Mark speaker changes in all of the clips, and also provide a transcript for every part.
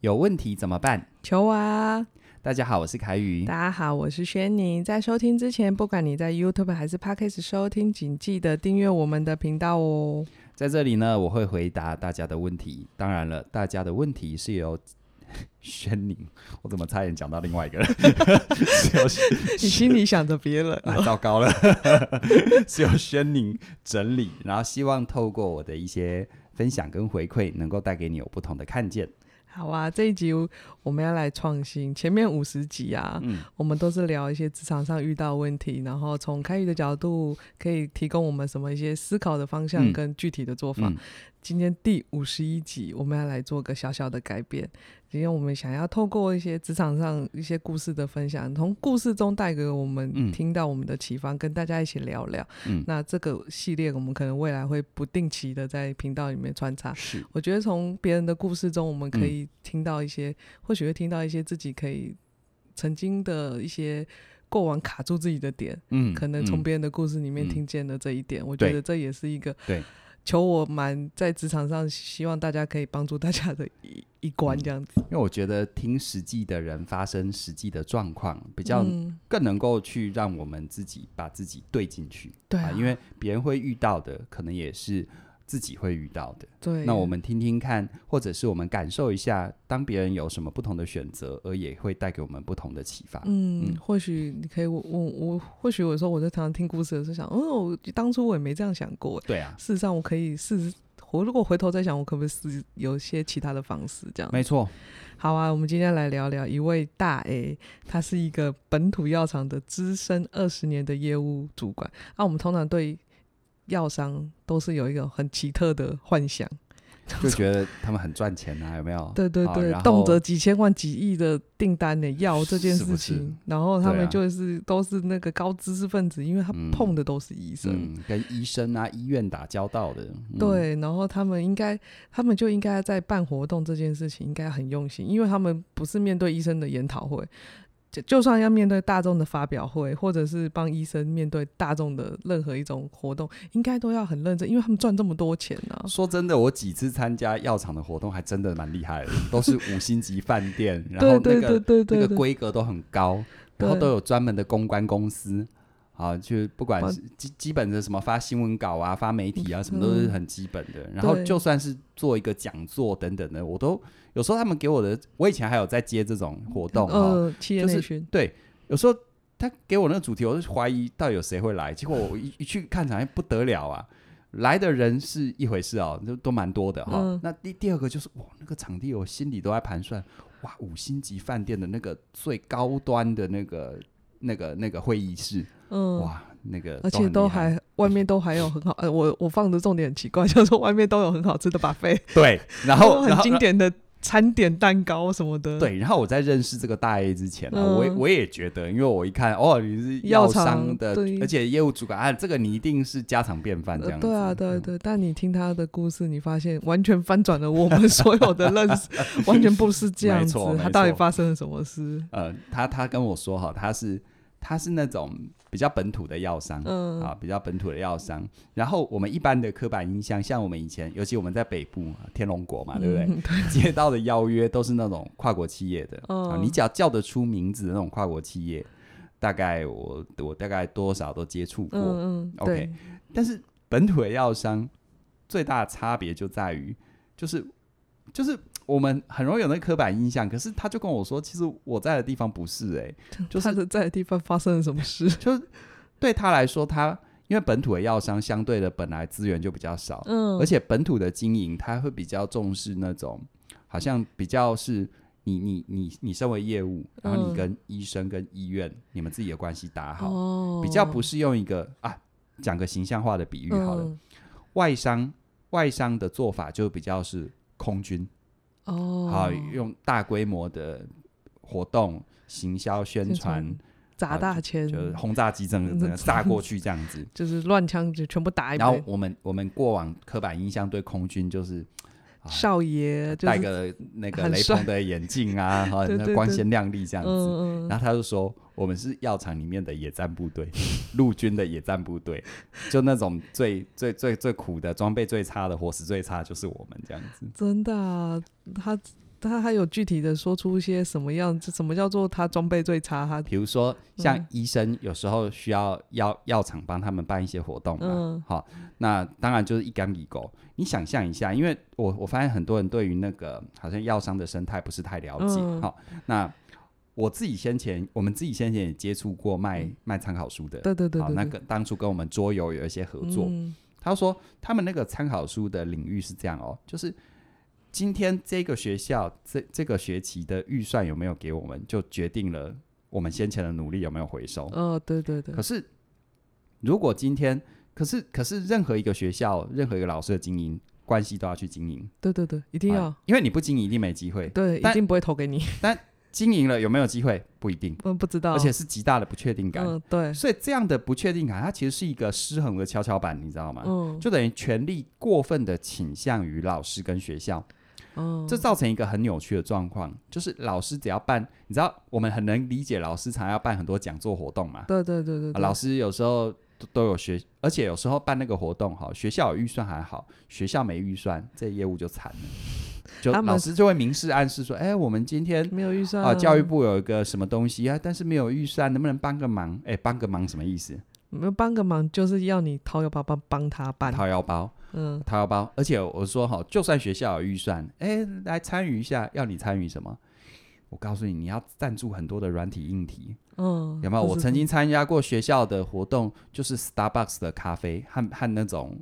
Speaker 1: 有问题怎么办？
Speaker 2: 求啊！
Speaker 1: 大家好，我是凯宇
Speaker 2: 大。家好，我是轩宁。在收听之前，不管你在 YouTube 还是 Podcast 收听，请记得订阅我们的频道哦。
Speaker 1: 在这里呢，我会回答大家的问题。当然了，大家的问题是由 轩宁，我怎么差点讲到另外一个人？ 是由
Speaker 2: 你心里想着别人，
Speaker 1: 啊，糟糕了， 是由轩宁整理，然后希望透过我的一些分享跟回馈，能够带给你有不同的看见。
Speaker 2: 好啊，这一集我们要来创新。前面五十集啊，
Speaker 1: 嗯
Speaker 2: 我们都是聊一些职场上遇到的问题，然后从开宇的角度可以提供我们什么一些思考的方向
Speaker 1: 嗯
Speaker 2: 跟具体的做法。
Speaker 1: 嗯，
Speaker 2: 今天第五十一集，我们要来做个小小的改变。今天我们想要透过一些职场上一些故事的分享，从故事中带给我
Speaker 1: 嗯
Speaker 2: 们听到我们的启发，跟大家一起聊聊。
Speaker 1: 嗯
Speaker 2: 那这个系列我们可能未来会不定期的在频道里面穿插。
Speaker 1: 是，
Speaker 2: 我觉得从别人的故事中，我们可
Speaker 1: 嗯
Speaker 2: 以听到一些，或许会听到一些自己可以曾经的一些过往卡住自己的点，
Speaker 1: 嗯
Speaker 2: 可能从别人的故事里面
Speaker 1: 嗯
Speaker 2: 听见了这一点，我觉
Speaker 1: 对
Speaker 2: 得这也是一个
Speaker 1: 对
Speaker 2: 求我蛮在职场上希望大家可以帮助大家的一一关
Speaker 1: 嗯
Speaker 2: 这样子，
Speaker 1: 因为我觉得听实际的人发生实际的状况，比较
Speaker 2: 嗯、
Speaker 1: 更能够去让我们自己把自己对进去。
Speaker 2: 对啊
Speaker 1: 因为别人会遇到的，可能也是自己会遇到的。
Speaker 2: 对，
Speaker 1: 那我们听听看，或者是我们感受一下，当别人有什么不同的选择，而也会带给我们不同的启发。
Speaker 2: 嗯
Speaker 1: 嗯，
Speaker 2: 或许你可以问我，我或许有时候我在常常听故事的时候想，哦，我当初我也没这样想过，欸
Speaker 1: 对啊，
Speaker 2: 事实上我可以试。我如果回头再想，我可不可以试有一些其他的方式？这样
Speaker 1: 没错，
Speaker 2: 好啊，我们今天来聊聊一位大 A，他是一个本土药厂的资深二十年的业务主管。啊，我们通常对药商都是有一个很奇特的幻想，
Speaker 1: 就觉得他们很赚钱啊，有没有？
Speaker 2: 对对
Speaker 1: 好
Speaker 2: 对
Speaker 1: 然，后
Speaker 2: 动辄几千万、几亿的订单 的药这件
Speaker 1: 是不
Speaker 2: 事
Speaker 1: 是
Speaker 2: 情，然后他
Speaker 1: 对啊
Speaker 2: 们就是、都是那个高知识分子，因为他
Speaker 1: 嗯
Speaker 2: 碰的都是医生。
Speaker 1: 嗯，跟医生啊、医院打交道的，嗯，
Speaker 2: 对，然后他们应该，他们就应该在办活动这件事情应该很用心，因为他们不是面对医生的研讨会，就就算要面对大众的发表会，或者是帮医生面对大众的任何一种活动，应该都要很认真，因为他们赚这么多钱啊呢、
Speaker 1: 说真的，我几次参加药厂的活动，还真的蛮厉害的，都是五星级饭 店，然后
Speaker 2: 对
Speaker 1: 那个
Speaker 2: 对对对
Speaker 1: 那
Speaker 2: 对
Speaker 1: 个
Speaker 2: 对，
Speaker 1: 规格都很高，然后
Speaker 2: 对
Speaker 1: 都有专门的公关公司。啊，就不管
Speaker 2: 哇
Speaker 1: 是基基本的什么发新闻稿啊、发媒体啊，什么都是很基本的。然后
Speaker 2: 对
Speaker 1: 就算是做一个讲座等等的，我都有时候他们给我的，我以前还有在接这种活动哈、
Speaker 2: 呃，企业
Speaker 1: 就
Speaker 2: 内
Speaker 1: 是
Speaker 2: 训，
Speaker 1: 对，有时候他给我那个主题，我就怀疑到底有谁会来。结果我一一去看场，哎不得了啊！来的人是一回事哦，都都蛮多的哈、
Speaker 2: 嗯
Speaker 1: 那第第二个就是哇，那个场地我心里都在盘算，哇，五星级饭店的那个最高端的那个那个那个会议室，
Speaker 2: 嗯。
Speaker 1: 哇，那个
Speaker 2: 而且
Speaker 1: 很
Speaker 2: 都
Speaker 1: 厉害
Speaker 2: 还外面都还有很好，呃，我我放的重点很奇怪， 就是外面都有很好吃的 buffet，
Speaker 1: 对，然
Speaker 2: 都有
Speaker 1: 后然
Speaker 2: 很
Speaker 1: 后
Speaker 2: 经典的餐点蛋糕什么的。
Speaker 1: 对，然后我在认识这个大 A 之前、啊，
Speaker 2: 嗯
Speaker 1: 我也我也觉得，因为我一看，哦，你是
Speaker 2: 药
Speaker 1: 药商
Speaker 2: 厂
Speaker 1: 的
Speaker 2: 对，
Speaker 1: 而且业务主管啊，这个你一定是家常便饭这
Speaker 2: 呃，
Speaker 1: 样子。
Speaker 2: 对啊，对啊
Speaker 1: 嗯
Speaker 2: 对，但你听他的故事，你发现完全翻转了我们所有的认 识，完全不是这样
Speaker 1: 没
Speaker 2: 子
Speaker 1: 错。
Speaker 2: 他
Speaker 1: 没
Speaker 2: 到底
Speaker 1: 错
Speaker 2: 发生了什么事？
Speaker 1: 呃，他他跟我说哈，他是他是那种比较本土的药商、
Speaker 2: 嗯，
Speaker 1: 啊，比较本土的药商。然后我们一般的刻板印象，像我们以前，尤其我们在北部啊天龙国嘛，对不对？
Speaker 2: 嗯？对，
Speaker 1: 接到的邀约都是那种跨国企业的、啊，
Speaker 2: 哦
Speaker 1: 你只要叫得出名字的那种跨国企业，大概我我大概多少都接触过。
Speaker 2: 嗯嗯，
Speaker 1: OK
Speaker 2: 对，
Speaker 1: 但是本土的药商最大的差别就在于，就是就是我们很容易有那个刻板印象，可是他就跟我说，其实我在的地方不是哎、 就
Speaker 2: 他
Speaker 1: 是
Speaker 2: 的在的地方发生了什 么事？
Speaker 1: 就是对他来说，他因为本土的药商相对的本来资源就比较少，
Speaker 2: 嗯，
Speaker 1: 而且本土的经营他会比较重视那种好像比较是。你你你你身为业务，然后你
Speaker 2: 嗯
Speaker 1: 跟医生跟医院、你们自己的关系打好，
Speaker 2: 哦，
Speaker 1: 比较不是用一个啊讲个形象化的比喻好了，
Speaker 2: 嗯
Speaker 1: 外商外商的做法就比较是空军，
Speaker 2: 哦，
Speaker 1: 好、用大规模的活动行销宣传，
Speaker 2: 砸
Speaker 1: 啊
Speaker 2: 大钱，
Speaker 1: 就是轰炸机整个
Speaker 2: 嗯。
Speaker 1: 整个炸过去这样子
Speaker 2: 就是乱枪就全部打一
Speaker 1: 然后
Speaker 2: 遍。
Speaker 1: 我们我们过往刻板印象对空军就是啊
Speaker 2: 少爷就
Speaker 1: 戴
Speaker 2: 是
Speaker 1: 个那个
Speaker 2: 很
Speaker 1: 雷
Speaker 2: 帅
Speaker 1: 朋的眼镜 啊，哈，
Speaker 2: 对
Speaker 1: 那
Speaker 2: 对
Speaker 1: 光
Speaker 2: 对
Speaker 1: 鲜亮丽这样子。
Speaker 2: 嗯嗯，
Speaker 1: 然后他就说，我们是药厂里面的野战部队， 陆军的野战部队，就那种最最最最苦的装备最差的伙食最差，就是我们这样子。
Speaker 2: 真的啊，他他还有具体的说出一些什么样，什么叫做他装备最差，他
Speaker 1: 比如说，像
Speaker 2: 嗯
Speaker 1: 医生有时候需要药药厂帮他们办一些活动嘛，
Speaker 2: 嗯
Speaker 1: 好，那当然就是一干一狗。你想象一下，因为我我发现很多人对于那个好像药商的生态不是太了解，
Speaker 2: 嗯
Speaker 1: 好，那我自己先前我们自己先前也接触过卖、
Speaker 2: 嗯
Speaker 1: 卖参考书的，
Speaker 2: 对对对
Speaker 1: 好，
Speaker 2: 对，
Speaker 1: 那
Speaker 2: 对
Speaker 1: 个当初跟我们桌游有一些合作，
Speaker 2: 嗯
Speaker 1: 他说他们那个参考书的领域是这样哦，就是今天这个学校这这个学期的预算有没有给我们，就决定了我们先前的努力有没有回收。
Speaker 2: 哦，对对对
Speaker 1: 可，是如果今天，可是可是任何一个学校，任何一个老师的经营关系都要去经营，
Speaker 2: 对对对，一定要
Speaker 1: 啊，因为你不经营一定没机会，
Speaker 2: 对，一
Speaker 1: 但
Speaker 2: 定不会投给你，
Speaker 1: 经营了有没有机会不一定，
Speaker 2: 我不知道，
Speaker 1: 而且是极大的不确定感。
Speaker 2: 啊嗯，对，
Speaker 1: 所以这样的不确定感，它其实是一个失衡的跷跷板，你知道吗？
Speaker 2: 嗯，
Speaker 1: 就等于权力过分的倾向于老师跟学校，
Speaker 2: 嗯，
Speaker 1: 这造成一个很扭曲的状况，就是老师只要办，你知道我们很能理解老师常要办很多讲座活动嘛，
Speaker 2: 对对对对
Speaker 1: 啊
Speaker 2: 对，
Speaker 1: 老师有时候都都有学，而且有时候办那个活动哈，学校有预算还好，学校没预算，这业务就惨了，就
Speaker 2: 他们嗯
Speaker 1: 老师就会明示暗示说，哎，我们今天。
Speaker 2: 没有预算
Speaker 1: 啊，教育部有一个什么东西啊，但是没有预算，能不能帮个忙？哎，帮个忙什么意思？
Speaker 2: 没有帮个忙，就是要你掏腰包帮帮他办，
Speaker 1: 掏腰包，
Speaker 2: 嗯，
Speaker 1: 掏腰包。而且我说哈，就算学校有预算，哎，来参与一下，要你参与什么？我告诉你，你要赞助很多的软体硬体，
Speaker 2: 嗯，
Speaker 1: 有没有？
Speaker 2: 或
Speaker 1: 我
Speaker 2: 是
Speaker 1: 曾
Speaker 2: 什
Speaker 1: 经参加过学校的活动，就是 Starbucks 的咖啡和和那种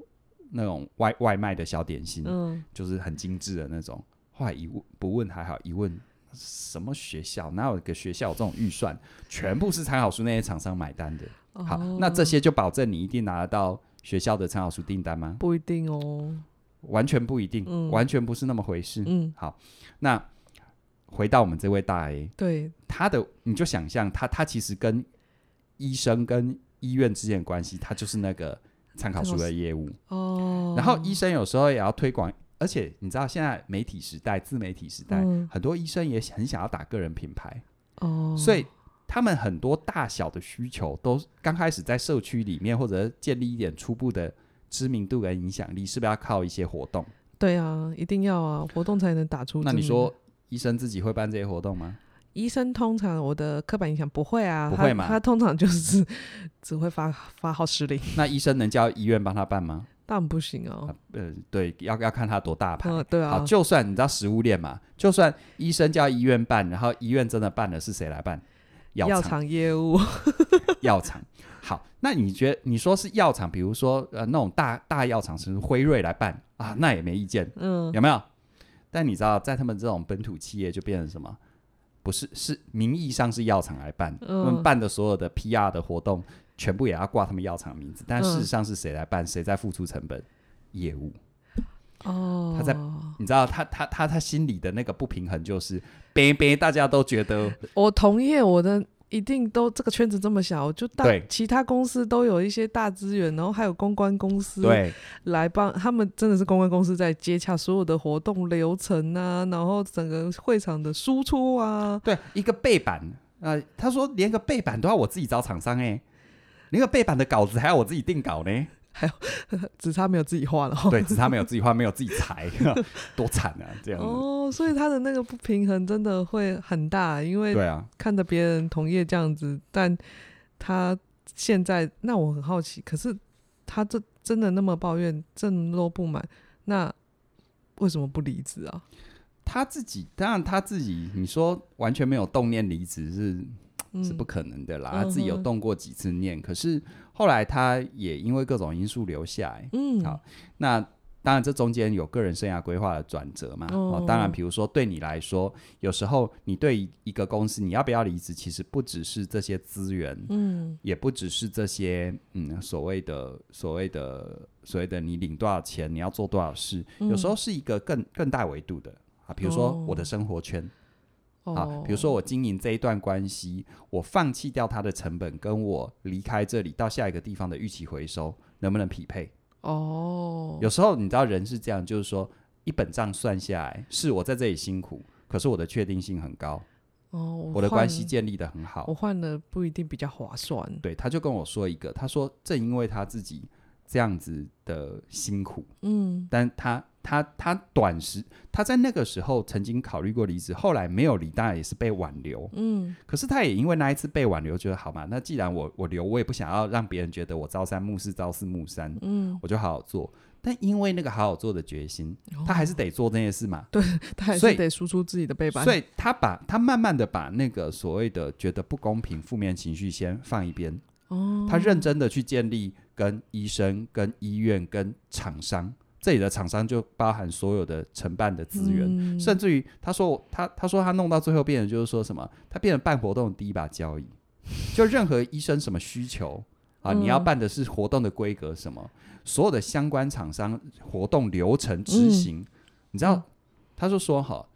Speaker 1: 那种外外卖的小点心，
Speaker 2: 么，嗯，
Speaker 1: 就是很精致的那种。后来一问不问还好，一问什么学校，哪有一个学校有这种预算？全部是参考书那些厂商买单的。好，那这
Speaker 2: 哦
Speaker 1: 些就保证你一定拿得到学校的参考书订单吗？
Speaker 2: 不一定哦，
Speaker 1: 完全不一定，
Speaker 2: 嗯
Speaker 1: 完全不是那么回事。
Speaker 2: 嗯，
Speaker 1: 那回到我们这位大 A，
Speaker 2: 对，
Speaker 1: 他的你就想象他他其实跟医生跟医院之间的关系，他就是那个参考书的业务。
Speaker 2: 哦，
Speaker 1: 然后医生有时候也要推广，而且你知道现在媒体时代、自媒体时代，
Speaker 2: 嗯
Speaker 1: 很多医生也很想要打个人品牌，
Speaker 2: 哦，
Speaker 1: 所以。他们很多大小的需求都刚开始在社区里面，或者建立一点初步的知名度跟影响力，是不是要靠一些活动？
Speaker 2: 对啊，一定要啊，活动才能打出。
Speaker 1: 那你说，医生自己会办这些活动吗？
Speaker 2: 医生通常我的刻板印象不会啊，
Speaker 1: 不
Speaker 2: 他
Speaker 1: 会嘛
Speaker 2: 他通常就是只会发发号施令，
Speaker 1: 那医生能叫医院帮他办吗？
Speaker 2: 当然不行哦
Speaker 1: 啊。呃，对，要要看他多大牌。
Speaker 2: 嗯，对啊
Speaker 1: 好，，就算你知道食物链嘛，就算医生叫医院办，然后医院真的办了，是谁来办？药
Speaker 2: 药
Speaker 1: 厂，
Speaker 2: 厂业务，
Speaker 1: 药厂。好，那你觉得你说是药厂，比如说呃那种大大药厂，是辉瑞来办啊，那也没意见，
Speaker 2: 嗯，
Speaker 1: 有没有？但你知道，在他们这种本土企业就变成什么？不是，是名义上是药厂来办，
Speaker 2: 嗯
Speaker 1: 他们办的所有的 PR 的活动，全部也要挂他们药厂的名字，但
Speaker 2: 嗯
Speaker 1: 事实上是谁来办，谁在付出成本？业务，
Speaker 2: 哦，
Speaker 1: 他在你知道他他他他心里的那个不平衡就是，别别大家都觉得
Speaker 2: 我同业我的。一定都这个圈子这么小，就大
Speaker 1: 对
Speaker 2: 其他公司都有一些大资源，然后还有公关公司，
Speaker 1: 对
Speaker 2: 来帮他们，真的是公关公司在接洽所有的活动流程啊，然后整个会场的输出啊，
Speaker 1: 对一个背板啊、呃他说连个背板都要我自己找厂商哎、连个背板的稿子还要我自己定稿呢，
Speaker 2: 只差没有自己画了哦。
Speaker 1: 对，只是他没有自己画，没有自己裁， 多惨啊！这样子，
Speaker 2: 哦，所以他的那个不平衡真的会很大，因为
Speaker 1: 对啊，
Speaker 2: 看着别人同业这样子，但他现在，那我很好奇，可是他这真的那么抱怨，这么多不满，那为什么不离职啊？
Speaker 1: 他自己当然他自己，你说完全没有动念离职是
Speaker 2: 嗯，
Speaker 1: 是不可能的啦，
Speaker 2: 嗯
Speaker 1: 他自己有
Speaker 2: 哼
Speaker 1: 动过几次念，可是后来他也因为各种因素留下来。
Speaker 2: 嗯，
Speaker 1: 好那当然，这中间有个人生涯规划的转折嘛。
Speaker 2: 哦
Speaker 1: 当然，比如说对你来说，有时候你对一个公司你要不要离职，其实不只是这些资源，
Speaker 2: 嗯，
Speaker 1: 也不只是这些嗯所谓的所谓的所谓的你领多少钱，你要做多少事，
Speaker 2: 嗯
Speaker 1: 有时候是一个更更大维度的啊，比如说
Speaker 2: 哦
Speaker 1: 我的生活圈、
Speaker 2: 哦
Speaker 1: 啊，，比如说我经营这一段关系，我放弃掉它的成本，跟我离开这里到下一个地方的预期回收能不能匹配？
Speaker 2: 哦，
Speaker 1: 有时候你知道人是这样，就是说一本账算下来，是我在这里辛苦，可是我的确定性很高，
Speaker 2: 哦，
Speaker 1: 我的关
Speaker 2: 换
Speaker 1: 系建立的很好
Speaker 2: 我。换了不一定比较划算。
Speaker 1: 对，他就跟我说一个，他说正因为他自己这样子的辛苦，
Speaker 2: 嗯，
Speaker 1: 但他他他短时他在那个时候曾经考虑过离职，后来没有离，当然也是被挽留。
Speaker 2: 嗯
Speaker 1: 可是他也因为那一次被挽留，觉得好嘛，那既然我我留，我也不想要让别人觉得我朝三暮四、朝四暮三，
Speaker 2: 嗯，
Speaker 1: 我就好好做。但因为那个好好做的决心，他还是得做这件事嘛。
Speaker 2: 哦他还
Speaker 1: 所
Speaker 2: 是
Speaker 1: 以
Speaker 2: 得输出自己的背板，
Speaker 1: 所以他把他慢慢的把那个所谓的觉得不公平、负面情绪先放一边，
Speaker 2: 哦，
Speaker 1: 他认真的去建立跟医生、跟医院、跟厂商，这里的厂商就包含所有的承办的资源，
Speaker 2: 嗯
Speaker 1: 甚至于他说我他他说他弄到最后变成就是说什么，他变成办活动的第一把交椅，就任何医生什么需求啊，
Speaker 2: 嗯
Speaker 1: 你要办的是活动的规格什么，所有的相关厂商活动流程执行，你知道，
Speaker 2: 嗯
Speaker 1: 他就说哈，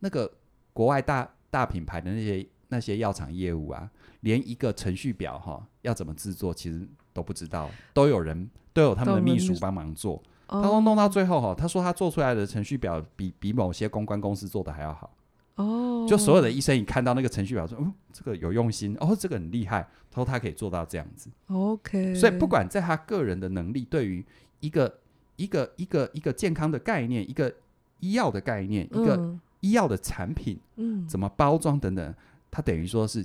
Speaker 1: 那个国外大大品牌的那些那些药厂业务啊，连一个程序表哈要怎么制作，其实都不知道，都有人都有他们的
Speaker 2: 都有
Speaker 1: 秘
Speaker 2: 秘
Speaker 1: 书
Speaker 2: 书
Speaker 1: 帮忙做。
Speaker 2: 哦
Speaker 1: 他说弄到最后哈，他说他做出来的程序表比比某些公关公司做的还要好。
Speaker 2: 哦，
Speaker 1: 就所有的医生一看到那个程序表说，嗯，这个有用心，哦，这个很厉害，他说他可以做到这样子。
Speaker 2: OK，
Speaker 1: 所以不管在他个人的能力，对于一个一个一个一个健康的概念，一个医药的概念，一个
Speaker 2: 嗯
Speaker 1: 医药的产品
Speaker 2: 嗯
Speaker 1: 怎么包装等等，他等于说是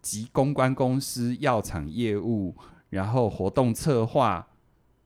Speaker 1: 集公关公司、药厂业务，然后活动策划，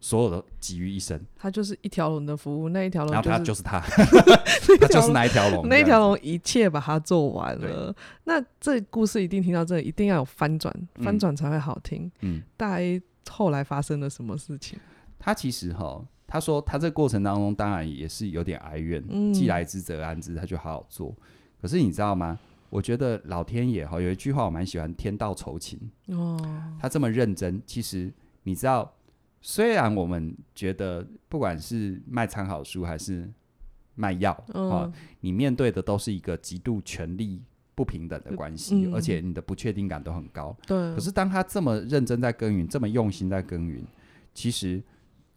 Speaker 1: 所有的集于一身。
Speaker 2: 他就是一条龙的服务，那一条
Speaker 1: 然
Speaker 2: 龙
Speaker 1: 后他
Speaker 2: 就
Speaker 1: 就是是 他，
Speaker 2: 那
Speaker 1: 他
Speaker 2: 一条
Speaker 1: 就是
Speaker 2: 龙
Speaker 1: 那一条龙，
Speaker 2: 那一
Speaker 1: 这样
Speaker 2: 条龙一切把它做完了。那这故事一定听到这里，一定要有翻转，
Speaker 1: 嗯
Speaker 2: 翻转才会好听。
Speaker 1: 嗯，
Speaker 2: 大 A 后来发生了什么事情？
Speaker 1: 他其实哈，他说他这过程当中当然也是有点哀怨，
Speaker 2: 嗯
Speaker 1: 既来之则安之，他就好好做。可是你知道吗？我觉得老天爷哈有一句话我蛮喜欢，天道酬勤。
Speaker 2: 哦，
Speaker 1: 他这么认真，其实你知道，虽然我们觉得不管是卖参考书还是卖药啊、
Speaker 2: 嗯，
Speaker 1: 你面对的都是一个极度权力不平等的关系，
Speaker 2: 嗯
Speaker 1: 而且你的不确定感都很高。
Speaker 2: 对，
Speaker 1: 可是当他这么认真在耕耘，这么用心在耕耘，其实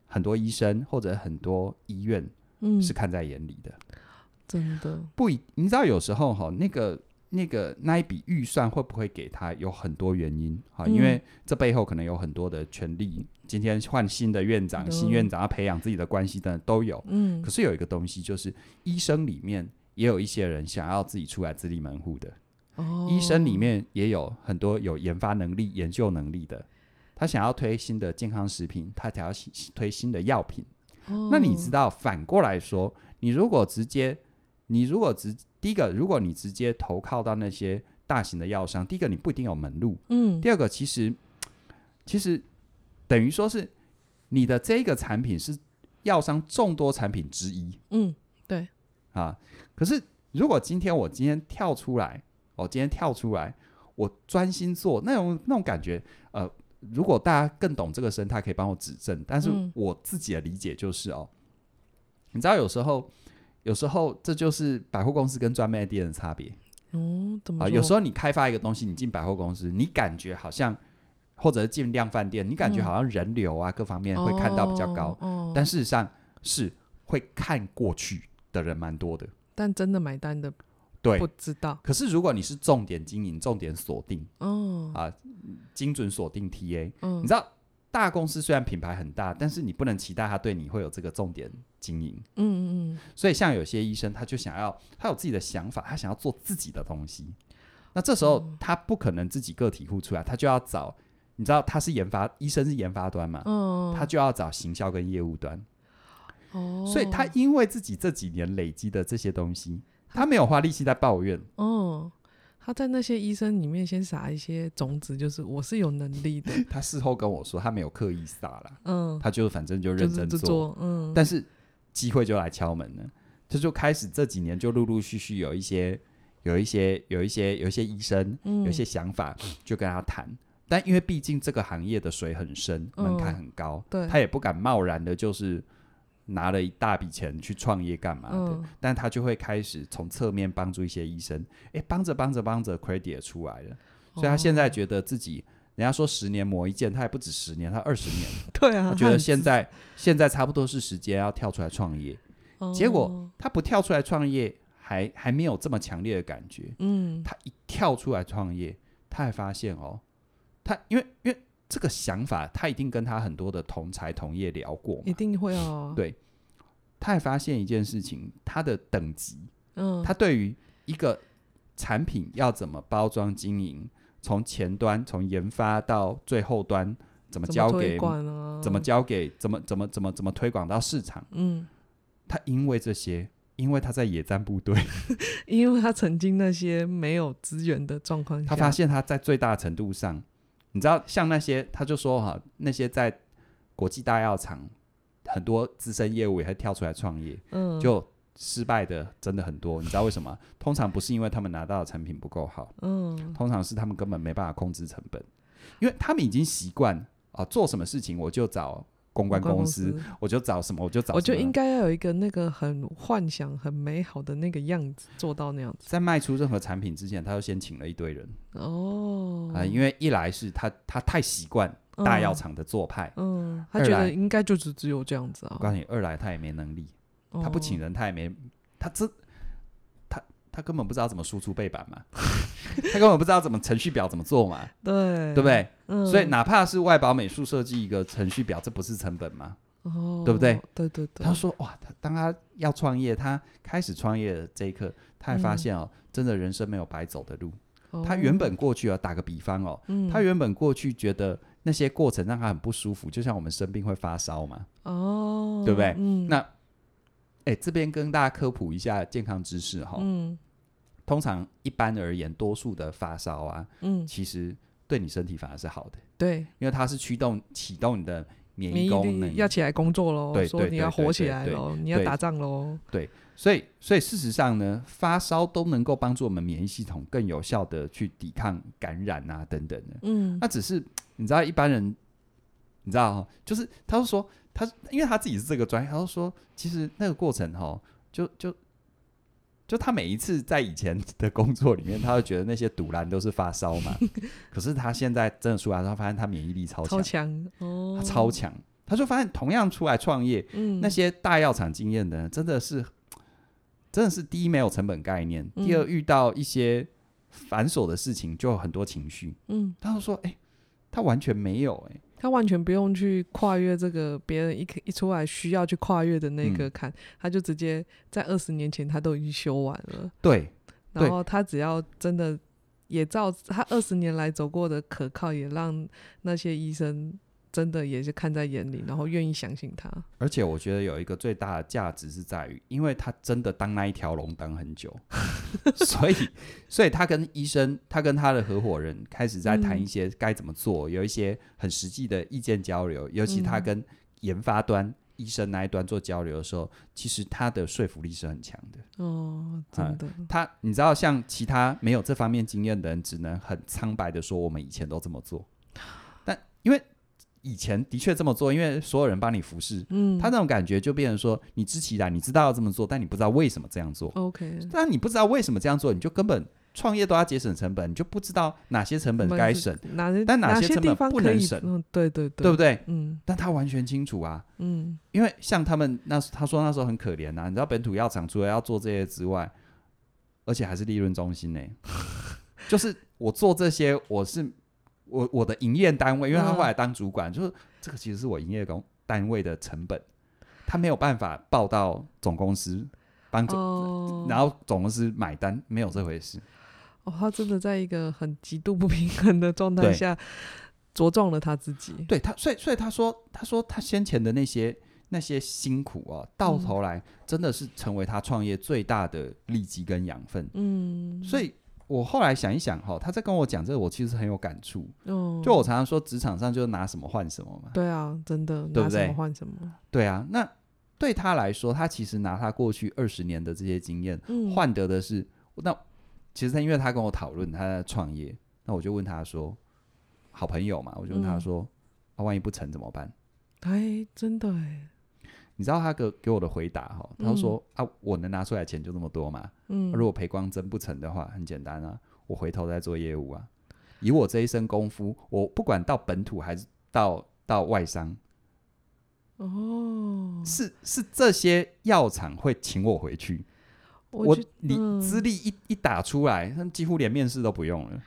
Speaker 1: 很多医生或者很多医院
Speaker 2: 嗯，
Speaker 1: 是看在眼里的。
Speaker 2: 真的，
Speaker 1: 不一，你知道有时候哈，那个那个那一笔预算会不会给他，有很多原因哈，
Speaker 2: 嗯
Speaker 1: 因为这背后可能有很多的权利。今天换新的院长，
Speaker 2: 嗯
Speaker 1: 新院长要培养自己的关系等等都有。
Speaker 2: 嗯
Speaker 1: 可，是有一个东西，就是医生里面也有一些人想要自己出来自立门户的。
Speaker 2: 哦，
Speaker 1: 医生里面也有很多有研发能力、研究能力的，他想要推新的健康食品，他想要新推新的药品。
Speaker 2: 哦，
Speaker 1: 那你知道，反过来说，你如果直接，你如果直第一个，如果你直接投靠到那些大型的药商，第一个你不一定有门路，
Speaker 2: 嗯，
Speaker 1: 第二个其实其实等于说是你的这个产品是药商众多产品之一。
Speaker 2: 嗯，
Speaker 1: 啊。可是如果今天我今天跳出来，我、今天跳出来，我专心做那种那种感觉，呃，如果大家更懂这个生态，可以帮我指正。但是
Speaker 2: 嗯
Speaker 1: 我自己的理解就是哦，你知道有时候。有时候这就是百货公司跟专卖店的差别
Speaker 2: 哦，怎么
Speaker 1: 啊、
Speaker 2: 说？
Speaker 1: 有时候你开发一个东西，你进百货公司，你感觉好像，或者是进量贩店，你感觉
Speaker 2: 嗯
Speaker 1: 好像人流啊、各方面会看到比较高，
Speaker 2: 哦，哦
Speaker 1: 但事实上是会看过去的人蛮多的。
Speaker 2: 但真的买单的
Speaker 1: 对，
Speaker 2: 不知道，
Speaker 1: 可是如果你是重点经营、重点锁定、
Speaker 2: 哦，
Speaker 1: 啊精准锁定 TA，、你
Speaker 2: 嗯
Speaker 1: 知道大公司虽然品牌很大，但是你不能期待它对你会有这个重点经营。
Speaker 2: 嗯嗯嗯，
Speaker 1: 所以像有些医生，他就想要他有自己的想法，他想要做自己的东西。那这时候
Speaker 2: 嗯
Speaker 1: 他不可能自己个体户出来，他就要找你知道他是研发医生是研发端嘛，
Speaker 2: 嗯，
Speaker 1: 他就要找行销跟业务端。
Speaker 2: 哦，
Speaker 1: 所以他因为自己这几年累积的这些东西，他没有花力气在抱怨。
Speaker 2: 哦，他在那些医生里面先撒一些种子，就是我是有能力的，
Speaker 1: 他事后跟我说，他没有刻意撒啦。
Speaker 2: 嗯，
Speaker 1: 他就反正就
Speaker 2: 就
Speaker 1: 认
Speaker 2: 是
Speaker 1: 真
Speaker 2: 就
Speaker 1: 做，
Speaker 2: 做，嗯，
Speaker 1: 但是机会就来敲门了，这就开始这几年就陆陆续续有一些、有一些、有一些、有一些医生，
Speaker 2: 嗯
Speaker 1: 有一些想法就跟他谈。但因为毕竟这个行业的水很深，门槛
Speaker 2: 嗯
Speaker 1: 很高，
Speaker 2: 对
Speaker 1: 他也不敢贸然的，就是拿了一大笔钱去创业干嘛的。
Speaker 2: 嗯
Speaker 1: 但他就会开始从侧面帮助一些医生，诶，帮着帮着帮着，credit 也出来了，
Speaker 2: 哦
Speaker 1: 所以他现在觉得自己，人家说十年磨一剑，他也不止十年，他二十年了
Speaker 2: 对啊，
Speaker 1: 我
Speaker 2: 他
Speaker 1: 觉得
Speaker 2: 很
Speaker 1: 现
Speaker 2: 自
Speaker 1: 在现在差不多是时间要跳出来创业。结果
Speaker 2: 哦
Speaker 1: 他不跳出来创业，还还没有这么强烈的感觉。
Speaker 2: 嗯，
Speaker 1: 他一跳出来创业，他还发现哦，他因为因为这个想法，他一定跟他很多的同才同业聊过
Speaker 2: 一
Speaker 1: 嘛。
Speaker 2: 定会哦，
Speaker 1: 对他还发现一件事情，它的等级，
Speaker 2: 嗯，
Speaker 1: 它对于一个产品要怎么包装经营，从前端从研发到最后端，怎么
Speaker 2: 怎
Speaker 1: 交
Speaker 2: 推
Speaker 1: 给
Speaker 2: 广啊？
Speaker 1: 怎么？交给怎么怎么怎么怎么推广到市场，
Speaker 2: 嗯，
Speaker 1: 他因为这些，因为他在野战部队，
Speaker 2: 嗯因为他曾经那些没有资源的状况下，
Speaker 1: 他发现他在最大程度上，你知道，像那些他就说哈，那些在国际大药厂很多资深业务也会跳出来创业，
Speaker 2: 嗯，
Speaker 1: 就失败的真的很多。你知道为什 么？通常不是因为他们拿到的产品不够好，
Speaker 2: 嗯
Speaker 1: 通常是他们根本没办法控制成本，因为他们已经习惯啊，做什么事情我就找公关
Speaker 2: 公
Speaker 1: 公
Speaker 2: 司
Speaker 1: 司，，我就找什么我就找什么，
Speaker 2: 我就应该要有一个那个很幻想、很美好的那个样子，做到那样子。
Speaker 1: 在卖出任何产品之前，他就先请了一堆人
Speaker 2: 哦嗯
Speaker 1: 啊、，因为一来是他他太习惯大药厂的做派。
Speaker 2: 嗯，嗯，他
Speaker 1: 二
Speaker 2: 觉
Speaker 1: 来
Speaker 2: 得应该就只只有这样子
Speaker 1: 我
Speaker 2: 啊，
Speaker 1: 告诉你，二来他也没能力，
Speaker 2: 哦
Speaker 1: 他不请人，他也没他这他他根本不知道怎么输出背板嘛， 他根本不知道怎么程序表怎么做嘛，
Speaker 2: 对
Speaker 1: 对不？对？
Speaker 2: 嗯
Speaker 1: 所以哪怕是外包美术设计一个程序表，这不是成本吗？
Speaker 2: 哦，
Speaker 1: 对不对？
Speaker 2: 对对对，
Speaker 1: 他说哇，他当他要创业，他开始创业的这一刻，他还发现哦，真的人生没有白走的路。
Speaker 2: 嗯哦
Speaker 1: 他原本过去啊，打个比方哦，
Speaker 2: 嗯
Speaker 1: 他原本过去觉得那些过程让他很不舒服，就像我们生病会发烧嘛，
Speaker 2: 哦，
Speaker 1: 对不对
Speaker 2: 嗯，
Speaker 1: 那哎，这边跟大家科普一下健康知识哈、
Speaker 2: 嗯
Speaker 1: 通常一般而言，多数的发烧啊，
Speaker 2: 嗯，
Speaker 1: 其实对你身体反而是好的，
Speaker 2: 对，
Speaker 1: 因为它是驱动启动你的免
Speaker 2: 免
Speaker 1: 疫
Speaker 2: 疫
Speaker 1: 功能
Speaker 2: 力。要起来工作喽，
Speaker 1: 对
Speaker 2: 说
Speaker 1: 对
Speaker 2: 你
Speaker 1: 对
Speaker 2: 要
Speaker 1: 对
Speaker 2: 活起
Speaker 1: 对
Speaker 2: 来
Speaker 1: 对
Speaker 2: 喽，你要
Speaker 1: 对
Speaker 2: 打仗喽，
Speaker 1: 所以，所以事实上呢，发烧都能够帮助我们免疫系统更有效的去抵抗感染啊等等的。
Speaker 2: 嗯
Speaker 1: 那只是你知道一般人，你知道哈、就是他就说他，因为他自己是这个专业，他就说其实那个过程哈、就就就他每一次在以前的工作里面，他就觉得那些堵拦都是发烧 嘛，可是他现在真的出来之后，他发现他免疫力超
Speaker 2: 超
Speaker 1: 强，
Speaker 2: 强哦
Speaker 1: 他，超强，他就发现同样出来创业，
Speaker 2: 嗯
Speaker 1: 那些大药厂经验的人真的是，真的是第一没有成本概念，
Speaker 2: 嗯
Speaker 1: 第二遇到一些繁琐的事情就有很多情绪。
Speaker 2: 嗯，
Speaker 1: 他就说：“哎、他完全没有、哎，
Speaker 2: 他完全不用去跨越这个别人一一出来需要去跨越的那个坎，他就直接在二十年前他都已经修完了，
Speaker 1: 对对
Speaker 2: 然后他只要真的也照他二十年来走过的可靠，也让那些医生真的也是看在眼里，然后愿意相信他。
Speaker 1: 而且我觉得有一个最大的价值是在于，因为他真的当那一条龙当很久， 所以，所以他跟医生，他跟他的合伙人开始在谈
Speaker 2: 嗯
Speaker 1: 一些该怎么做，有一些很实际的意见交流，尤其他
Speaker 2: 嗯
Speaker 1: 跟研发端。医生那一端做交流的时候，其实他的说服力是很强的。
Speaker 2: 哦，
Speaker 1: 哎
Speaker 2: 真的，
Speaker 1: 他，你知道，像其他没有这方面经验的人，只能很苍白的说，我们以前都这么做。但因为以前的确这么做，因为所有人帮你服侍，
Speaker 2: 嗯，
Speaker 1: 他那种感觉就变成说，你知其然，你知道要这么做，但你不知道为什么这样做。
Speaker 2: OK，
Speaker 1: 但你不知道为什么这样做，你就根本创业都要节省成本，你就不知道哪些成本
Speaker 2: 我们
Speaker 1: 该
Speaker 2: 是
Speaker 1: 省，
Speaker 2: 哪些
Speaker 1: 但哪
Speaker 2: 哪
Speaker 1: 些成
Speaker 2: 地
Speaker 1: 本
Speaker 2: 方
Speaker 1: 不
Speaker 2: 可
Speaker 1: 能
Speaker 2: 以
Speaker 1: 省
Speaker 2: 嗯，对对对，
Speaker 1: 对不对？
Speaker 2: 嗯
Speaker 1: 但他完全清楚啊，
Speaker 2: 嗯
Speaker 1: 因为像他们那时他说那时候很可怜呐、啊你知道本土药厂除了要做这些之外，而且还是利润中心 呢、就是我做这些，我是我我的营业单位，因为
Speaker 2: 嗯
Speaker 1: 他后来当主管，就是这个其实是我营业工单位的成本，他没有办法报到总公司帮总，
Speaker 2: 哦，
Speaker 1: 然后总公司买单，没有这回事。
Speaker 2: 哦，他真的在一个很极度不平衡的状态
Speaker 1: 对
Speaker 2: 下，着重了他自己。
Speaker 1: 对他，所以所以他说，他说他先前的那些那些辛苦哦，到
Speaker 2: 嗯
Speaker 1: 头来真的是成为他创业最大的利基跟养分。
Speaker 2: 嗯，
Speaker 1: 所以我后来想一想哈，他在跟我讲这个，我其实很有感触。
Speaker 2: 哦，
Speaker 1: 就我常常说，职场上就是拿什么换什么嘛。
Speaker 2: 对啊，真的
Speaker 1: 对
Speaker 2: 拿
Speaker 1: 不
Speaker 2: 什么
Speaker 1: 对
Speaker 2: 换什么，
Speaker 1: 对啊，那对他来说，他其实拿他过去二十年的这些经验，
Speaker 2: 嗯，
Speaker 1: 换得的是那其实他因为他跟我讨论他在创业，那我就问他说，好朋友嘛，我就问他
Speaker 2: 嗯
Speaker 1: 说，啊，万一不成怎么办？
Speaker 2: 哎，真的哎，
Speaker 1: 你知道他给给我的回答哈，他说、啊，我能拿出来的钱就这么多嘛，
Speaker 2: 嗯，
Speaker 1: 如果裴光真不成的话，很简单啊，我回头再做业务啊。以我这一身功夫，我不管到本土还是到到外商，
Speaker 2: 哦，
Speaker 1: 是是这些药厂会请我回去。
Speaker 2: 我
Speaker 1: 我
Speaker 2: 觉
Speaker 1: 你
Speaker 2: 嗯
Speaker 1: 资历一一打出来，他们几乎连面试都不用了。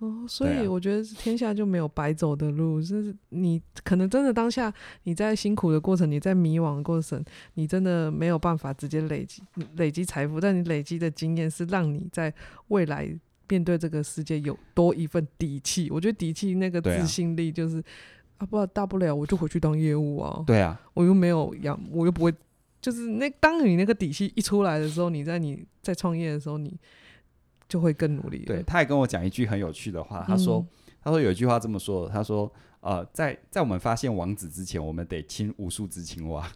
Speaker 2: 哦，所
Speaker 1: 对啊
Speaker 2: 以我觉得天下就没有白走的路，就是你可能真的当下你在辛苦的过程，你在迷惘的过程，你真的没有办法直接累积累积财富，但你累积的经验是让你在未来面对这个世界有多一份底气。我觉得底气那个
Speaker 1: 对啊
Speaker 2: 自信力就是啊不大不了我就回去当业务啊，
Speaker 1: 对啊，
Speaker 2: 我又没有养，我又不会，就是那当你那个底气一出来的时候，你在你在创业的时候，你就会更努力了。
Speaker 1: 对，他还跟我讲一句很有趣的话，他说，
Speaker 2: 嗯
Speaker 1: 他说有一句话这么说，他说，呃，在在我们发现王子之前，我们得亲无数只青蛙，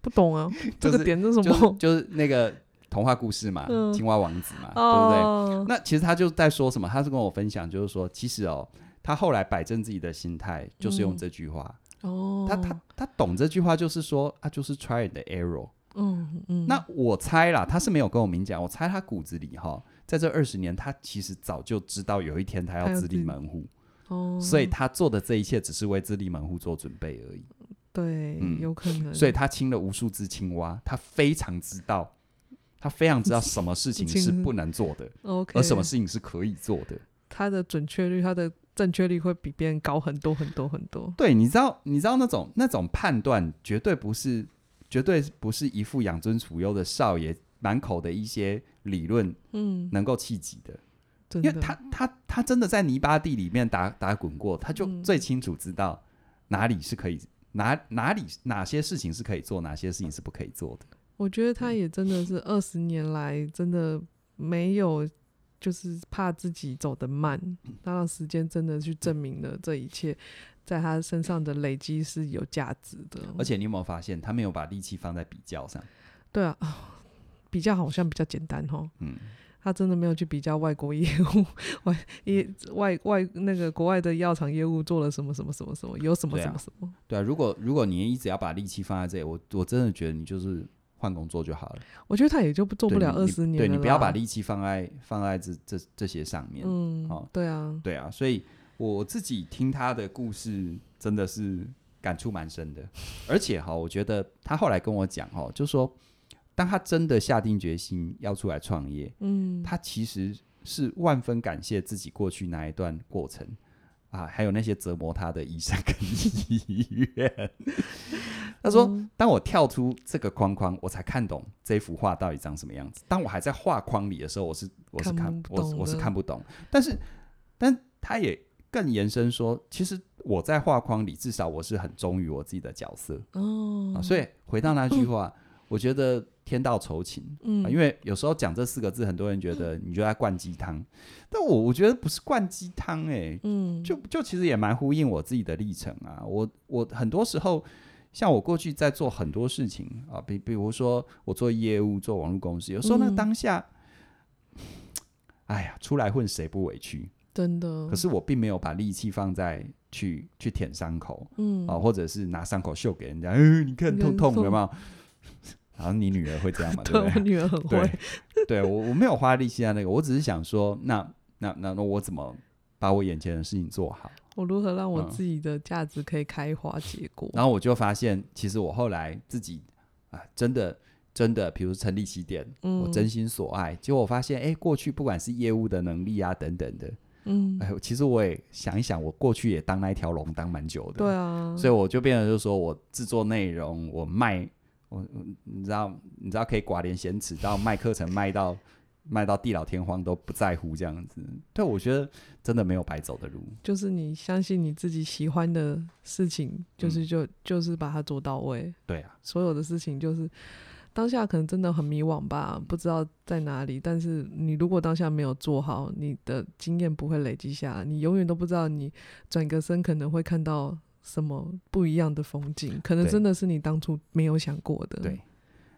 Speaker 2: 不懂 啊，这
Speaker 1: 就是
Speaker 2: 个点是什
Speaker 1: 就
Speaker 2: 么？
Speaker 1: 是就是那个童话故事嘛，
Speaker 2: 嗯
Speaker 1: 青蛙王子嘛，对啊不对？
Speaker 2: 哦，
Speaker 1: 那其实他就在说什么？他是跟我分享，就是说，其实哦，他后来摆正自己的心态，就是用
Speaker 2: 嗯
Speaker 1: 这句话。
Speaker 2: 哦，
Speaker 1: 他他他懂这句话，就是说啊，就是 try and error。
Speaker 2: 嗯嗯，
Speaker 1: 那我猜啦，他是没有跟我明讲，我猜他骨子里哈，在这二十年，他其实早就知道有一天他
Speaker 2: 他
Speaker 1: 要
Speaker 2: 要
Speaker 1: 自立
Speaker 2: 自己
Speaker 1: 门户，
Speaker 2: 哦，
Speaker 1: 所以他做的这一切只是为自立门户做准备而已。
Speaker 2: 对
Speaker 1: 嗯，
Speaker 2: 有可能，
Speaker 1: 所以他亲了无数只青蛙，他非常知道，他非常知道什么事情
Speaker 2: 青
Speaker 1: 是不能做的，
Speaker 2: OK，
Speaker 1: 而什么事情是可以做的。
Speaker 2: 他的准确率，他的正确率会比别人高很多很多很多。
Speaker 1: 对，你知道，你知道那种那种判断，绝对不是，绝对不是一副养尊处优的少爷满口的一些理论
Speaker 2: 嗯，
Speaker 1: 能够企及的，
Speaker 2: 真
Speaker 1: 因
Speaker 2: 的，
Speaker 1: 为他他他真的在泥巴地里面打打滚过，他就
Speaker 2: 嗯
Speaker 1: 最清楚知道哪里是可以。哪哪里哪些事情是可以做，哪些事情是不可以做的？
Speaker 2: 我觉得他也真的是二十年来真的没有，就是怕自己走得慢，他让时间真的去证明了这一切，在他身上的累积是有价值的。
Speaker 1: 而且你有没有发现，他没有把力气放在比较上？
Speaker 2: 对啊，啊比较好像比较简单哦。
Speaker 1: 嗯，
Speaker 2: 他真的没有去比较外国业务、外业外外那个国外的药厂业务做了什么什么什么什么，有什么
Speaker 1: 对啊
Speaker 2: 什么什么。
Speaker 1: 对啊。如果如果你一直要把力气放在这里，我我真的觉得你就是换工作就好了。
Speaker 2: 我觉得他也就不做不
Speaker 1: 对
Speaker 2: 了
Speaker 1: 你
Speaker 2: 二
Speaker 1: 你
Speaker 2: 十年
Speaker 1: 对
Speaker 2: 了
Speaker 1: 你不要把
Speaker 2: 啦
Speaker 1: 力气放在放在这这这些上面。
Speaker 2: 嗯
Speaker 1: 好，
Speaker 2: 对啊，
Speaker 1: 对啊，所以我自己听他的故事真的是感触蛮深的，而且哈，我觉得他后来跟我讲哈，就说当他真的下定决心要出来创业，
Speaker 2: 嗯，
Speaker 1: 他其实是万分感谢自己过去那一段过程。啊，还有那些折磨他的医生跟医院。 他说：“
Speaker 2: 嗯
Speaker 1: 当我跳出这个框框，我才看懂这幅画到底长什么样子。当我还在画框里的时候，我是我是
Speaker 2: 看
Speaker 1: 看
Speaker 2: 不
Speaker 1: 我是
Speaker 2: 懂
Speaker 1: 我是
Speaker 2: 的
Speaker 1: 看不懂。但是，但他也更延伸说，其实我在画框里，至少我是很忠于我自己的角色、
Speaker 2: 哦
Speaker 1: 啊。，所以回到那句话，我觉得天道酬勤。
Speaker 2: 嗯
Speaker 1: 啊，因为有时候讲这四个字，很多人觉得你就在灌鸡汤，但我我觉得不是灌鸡汤哎，
Speaker 2: 嗯，
Speaker 1: 就就其实也蛮呼应我自己的历程啊。我我很多时候，像我过去在做很多事情啊，比比如说我做业务、做网络公司，有时候那
Speaker 2: 嗯
Speaker 1: 当下，哎呀，出来混谁不委屈？
Speaker 2: 真的，
Speaker 1: 可是我并没有把力气放在去去舔伤口
Speaker 2: 嗯
Speaker 1: 啊，，或者是拿伤口秀给人家，嗯，你看
Speaker 2: 你
Speaker 1: 痛
Speaker 2: 看
Speaker 1: 痛
Speaker 2: 痛
Speaker 1: 有没有？ 然后你女儿会这样嘛？对不
Speaker 2: 对我
Speaker 1: 对？
Speaker 2: 女儿很会，
Speaker 1: 对， 对我我没有花力气在那个，我只是想说，那那那那我怎么把我眼前的事情做好？
Speaker 2: 我如何让我
Speaker 1: 嗯
Speaker 2: 自己的价值可以开花结果？
Speaker 1: 然后我就发现，其实我后来自己啊，真的真的，比如成立起点，
Speaker 2: 嗯，
Speaker 1: 我真心所爱，结果我发现，哎，过去不管是业务的能力啊等等的，
Speaker 2: 嗯，
Speaker 1: 哎，其实我也想一想，我过去也当那一条龙当蛮久的，
Speaker 2: 对啊，
Speaker 1: 所以我就变得就是说我制作内容，我卖，我我你知道你知道可以寡廉鲜耻到卖课程卖到 卖到地老天荒都不在乎这样子。对，我觉得真的没有白走的路。
Speaker 2: 就是你相信你自己喜欢的事情，
Speaker 1: 嗯
Speaker 2: 就是就就是把它做到位，
Speaker 1: 对啊，
Speaker 2: 所有的事情就是。当下可能真的很迷惘吧，不知道在哪里。但是你如果当下没有做好，你的经验不会累积下来，你永远都不知道你转个身可能会看到什么不一样的风景，可能
Speaker 1: 对
Speaker 2: 真的是你当初没有想过的。
Speaker 1: 对，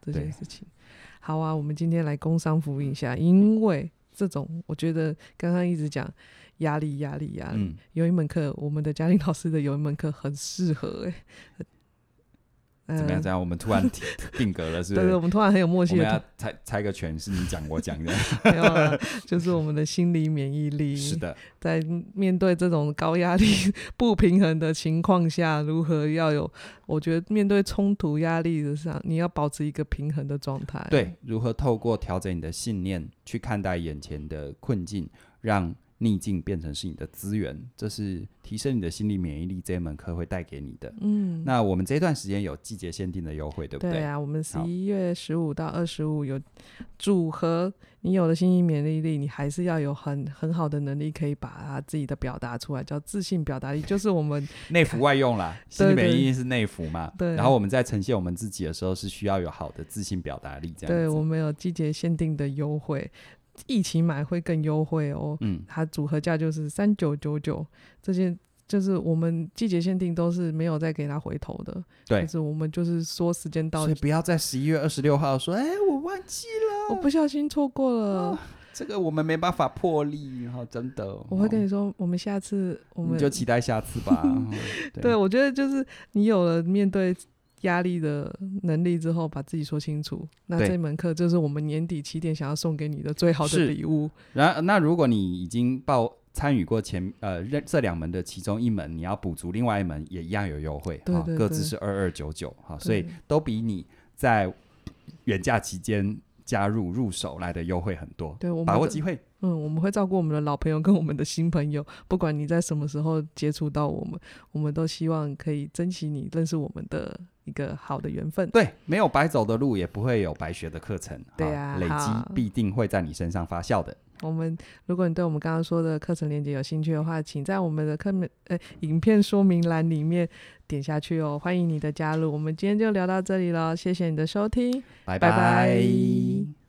Speaker 2: 这
Speaker 1: 对
Speaker 2: 件事情。好啊，我们今天来工商服务一下，因为这种我觉得刚刚一直讲压力，压力，压力。
Speaker 1: 嗯，
Speaker 2: 有一门课，我们的嘉玲老师的有一门课很适合、欸，呃
Speaker 1: 怎么样？怎么样？我们突然定 定格了，是不
Speaker 2: 对对，
Speaker 1: 是
Speaker 2: 我？们突然很有默
Speaker 1: 嗯我
Speaker 2: 契
Speaker 1: 们
Speaker 2: 的
Speaker 1: 要猜猜个拳， 是你讲我讲的，
Speaker 2: 讨论，没有啦就是我们的心理免疫力。
Speaker 1: 是的，
Speaker 2: 在面对这种高压力、 不平衡的情况下，如何要有？我觉得面对冲突、压力的上，你要保持一个平衡的状
Speaker 1: 哎
Speaker 2: 态。
Speaker 1: 对，如何透过调整你的信念去看待眼前的困境，让逆境变成是你的资源，这是提升你的心理免疫力这一门课会带给你的。
Speaker 2: 嗯，
Speaker 1: 那我们这段时间有季节限定的优惠，对不
Speaker 2: 对啊，我们十
Speaker 1: 好
Speaker 2: 一月十五到二十五有组合，你有了心理免疫力，你还是要有很很好的能力，可以把它自己的表达出来，叫自信表达力，就是我们
Speaker 1: 内服外用 啦，心理免疫力是内服嘛。
Speaker 2: 对
Speaker 1: 然后我们在呈现我们自己的时候，是需要有好的自信表达力，这样子。
Speaker 2: 对我们有季节限定的优惠，一起买会更优惠哦。
Speaker 1: 嗯，
Speaker 2: 它组合价就是三九九九，这些就是我们季节限定都是没有再给它回头的，
Speaker 1: 对
Speaker 2: 就。是我们就是说时间到
Speaker 1: 所以，不要在十一月二十六号说，哎、我忘记
Speaker 2: 我不小心错过了，
Speaker 1: 这个，我们没办法破例，哈、真的。
Speaker 2: 我会跟
Speaker 1: 哦
Speaker 2: 你说，我们下次我
Speaker 1: 你
Speaker 2: 们
Speaker 1: 就期待下次 吧。哦
Speaker 2: 对，我觉得就是你有了面对压力的能力之后，把自己说清楚，那
Speaker 1: 对
Speaker 2: 这门课就是我们年底起点想要送给你的最好的
Speaker 1: 是
Speaker 2: 礼物。
Speaker 1: 然那如果你已经报参与过前呃认这两门的其中一门，你要补足另外一门，也一样有优惠，
Speaker 2: 对
Speaker 1: 哈
Speaker 2: 对
Speaker 1: 各
Speaker 2: 对
Speaker 1: 自是二二九九哈，所以
Speaker 2: 对
Speaker 1: 都比你在远假期间加入入手来的优惠很多，
Speaker 2: 对我们
Speaker 1: 把握
Speaker 2: 的
Speaker 1: 机会。
Speaker 2: 嗯，我们会照顾我们的老朋友跟我们的新朋友，不管你在什么时候接触到我们，我们都希望可以珍惜你认识我们的一个好的缘分。
Speaker 1: 对，没有白走的路，也不会有白学的课程。哈
Speaker 2: 对啊
Speaker 1: 累
Speaker 2: 好
Speaker 1: 积必定会在你身上发酵的。
Speaker 2: 我们如果你对我们刚刚说的课程链接有兴趣的话，请在我们的课面呃影片说明栏里面点下去哦，欢迎你的加入。我们今天就聊到这里了，谢谢你的收听。
Speaker 1: 拜
Speaker 2: 拜拜
Speaker 1: 拜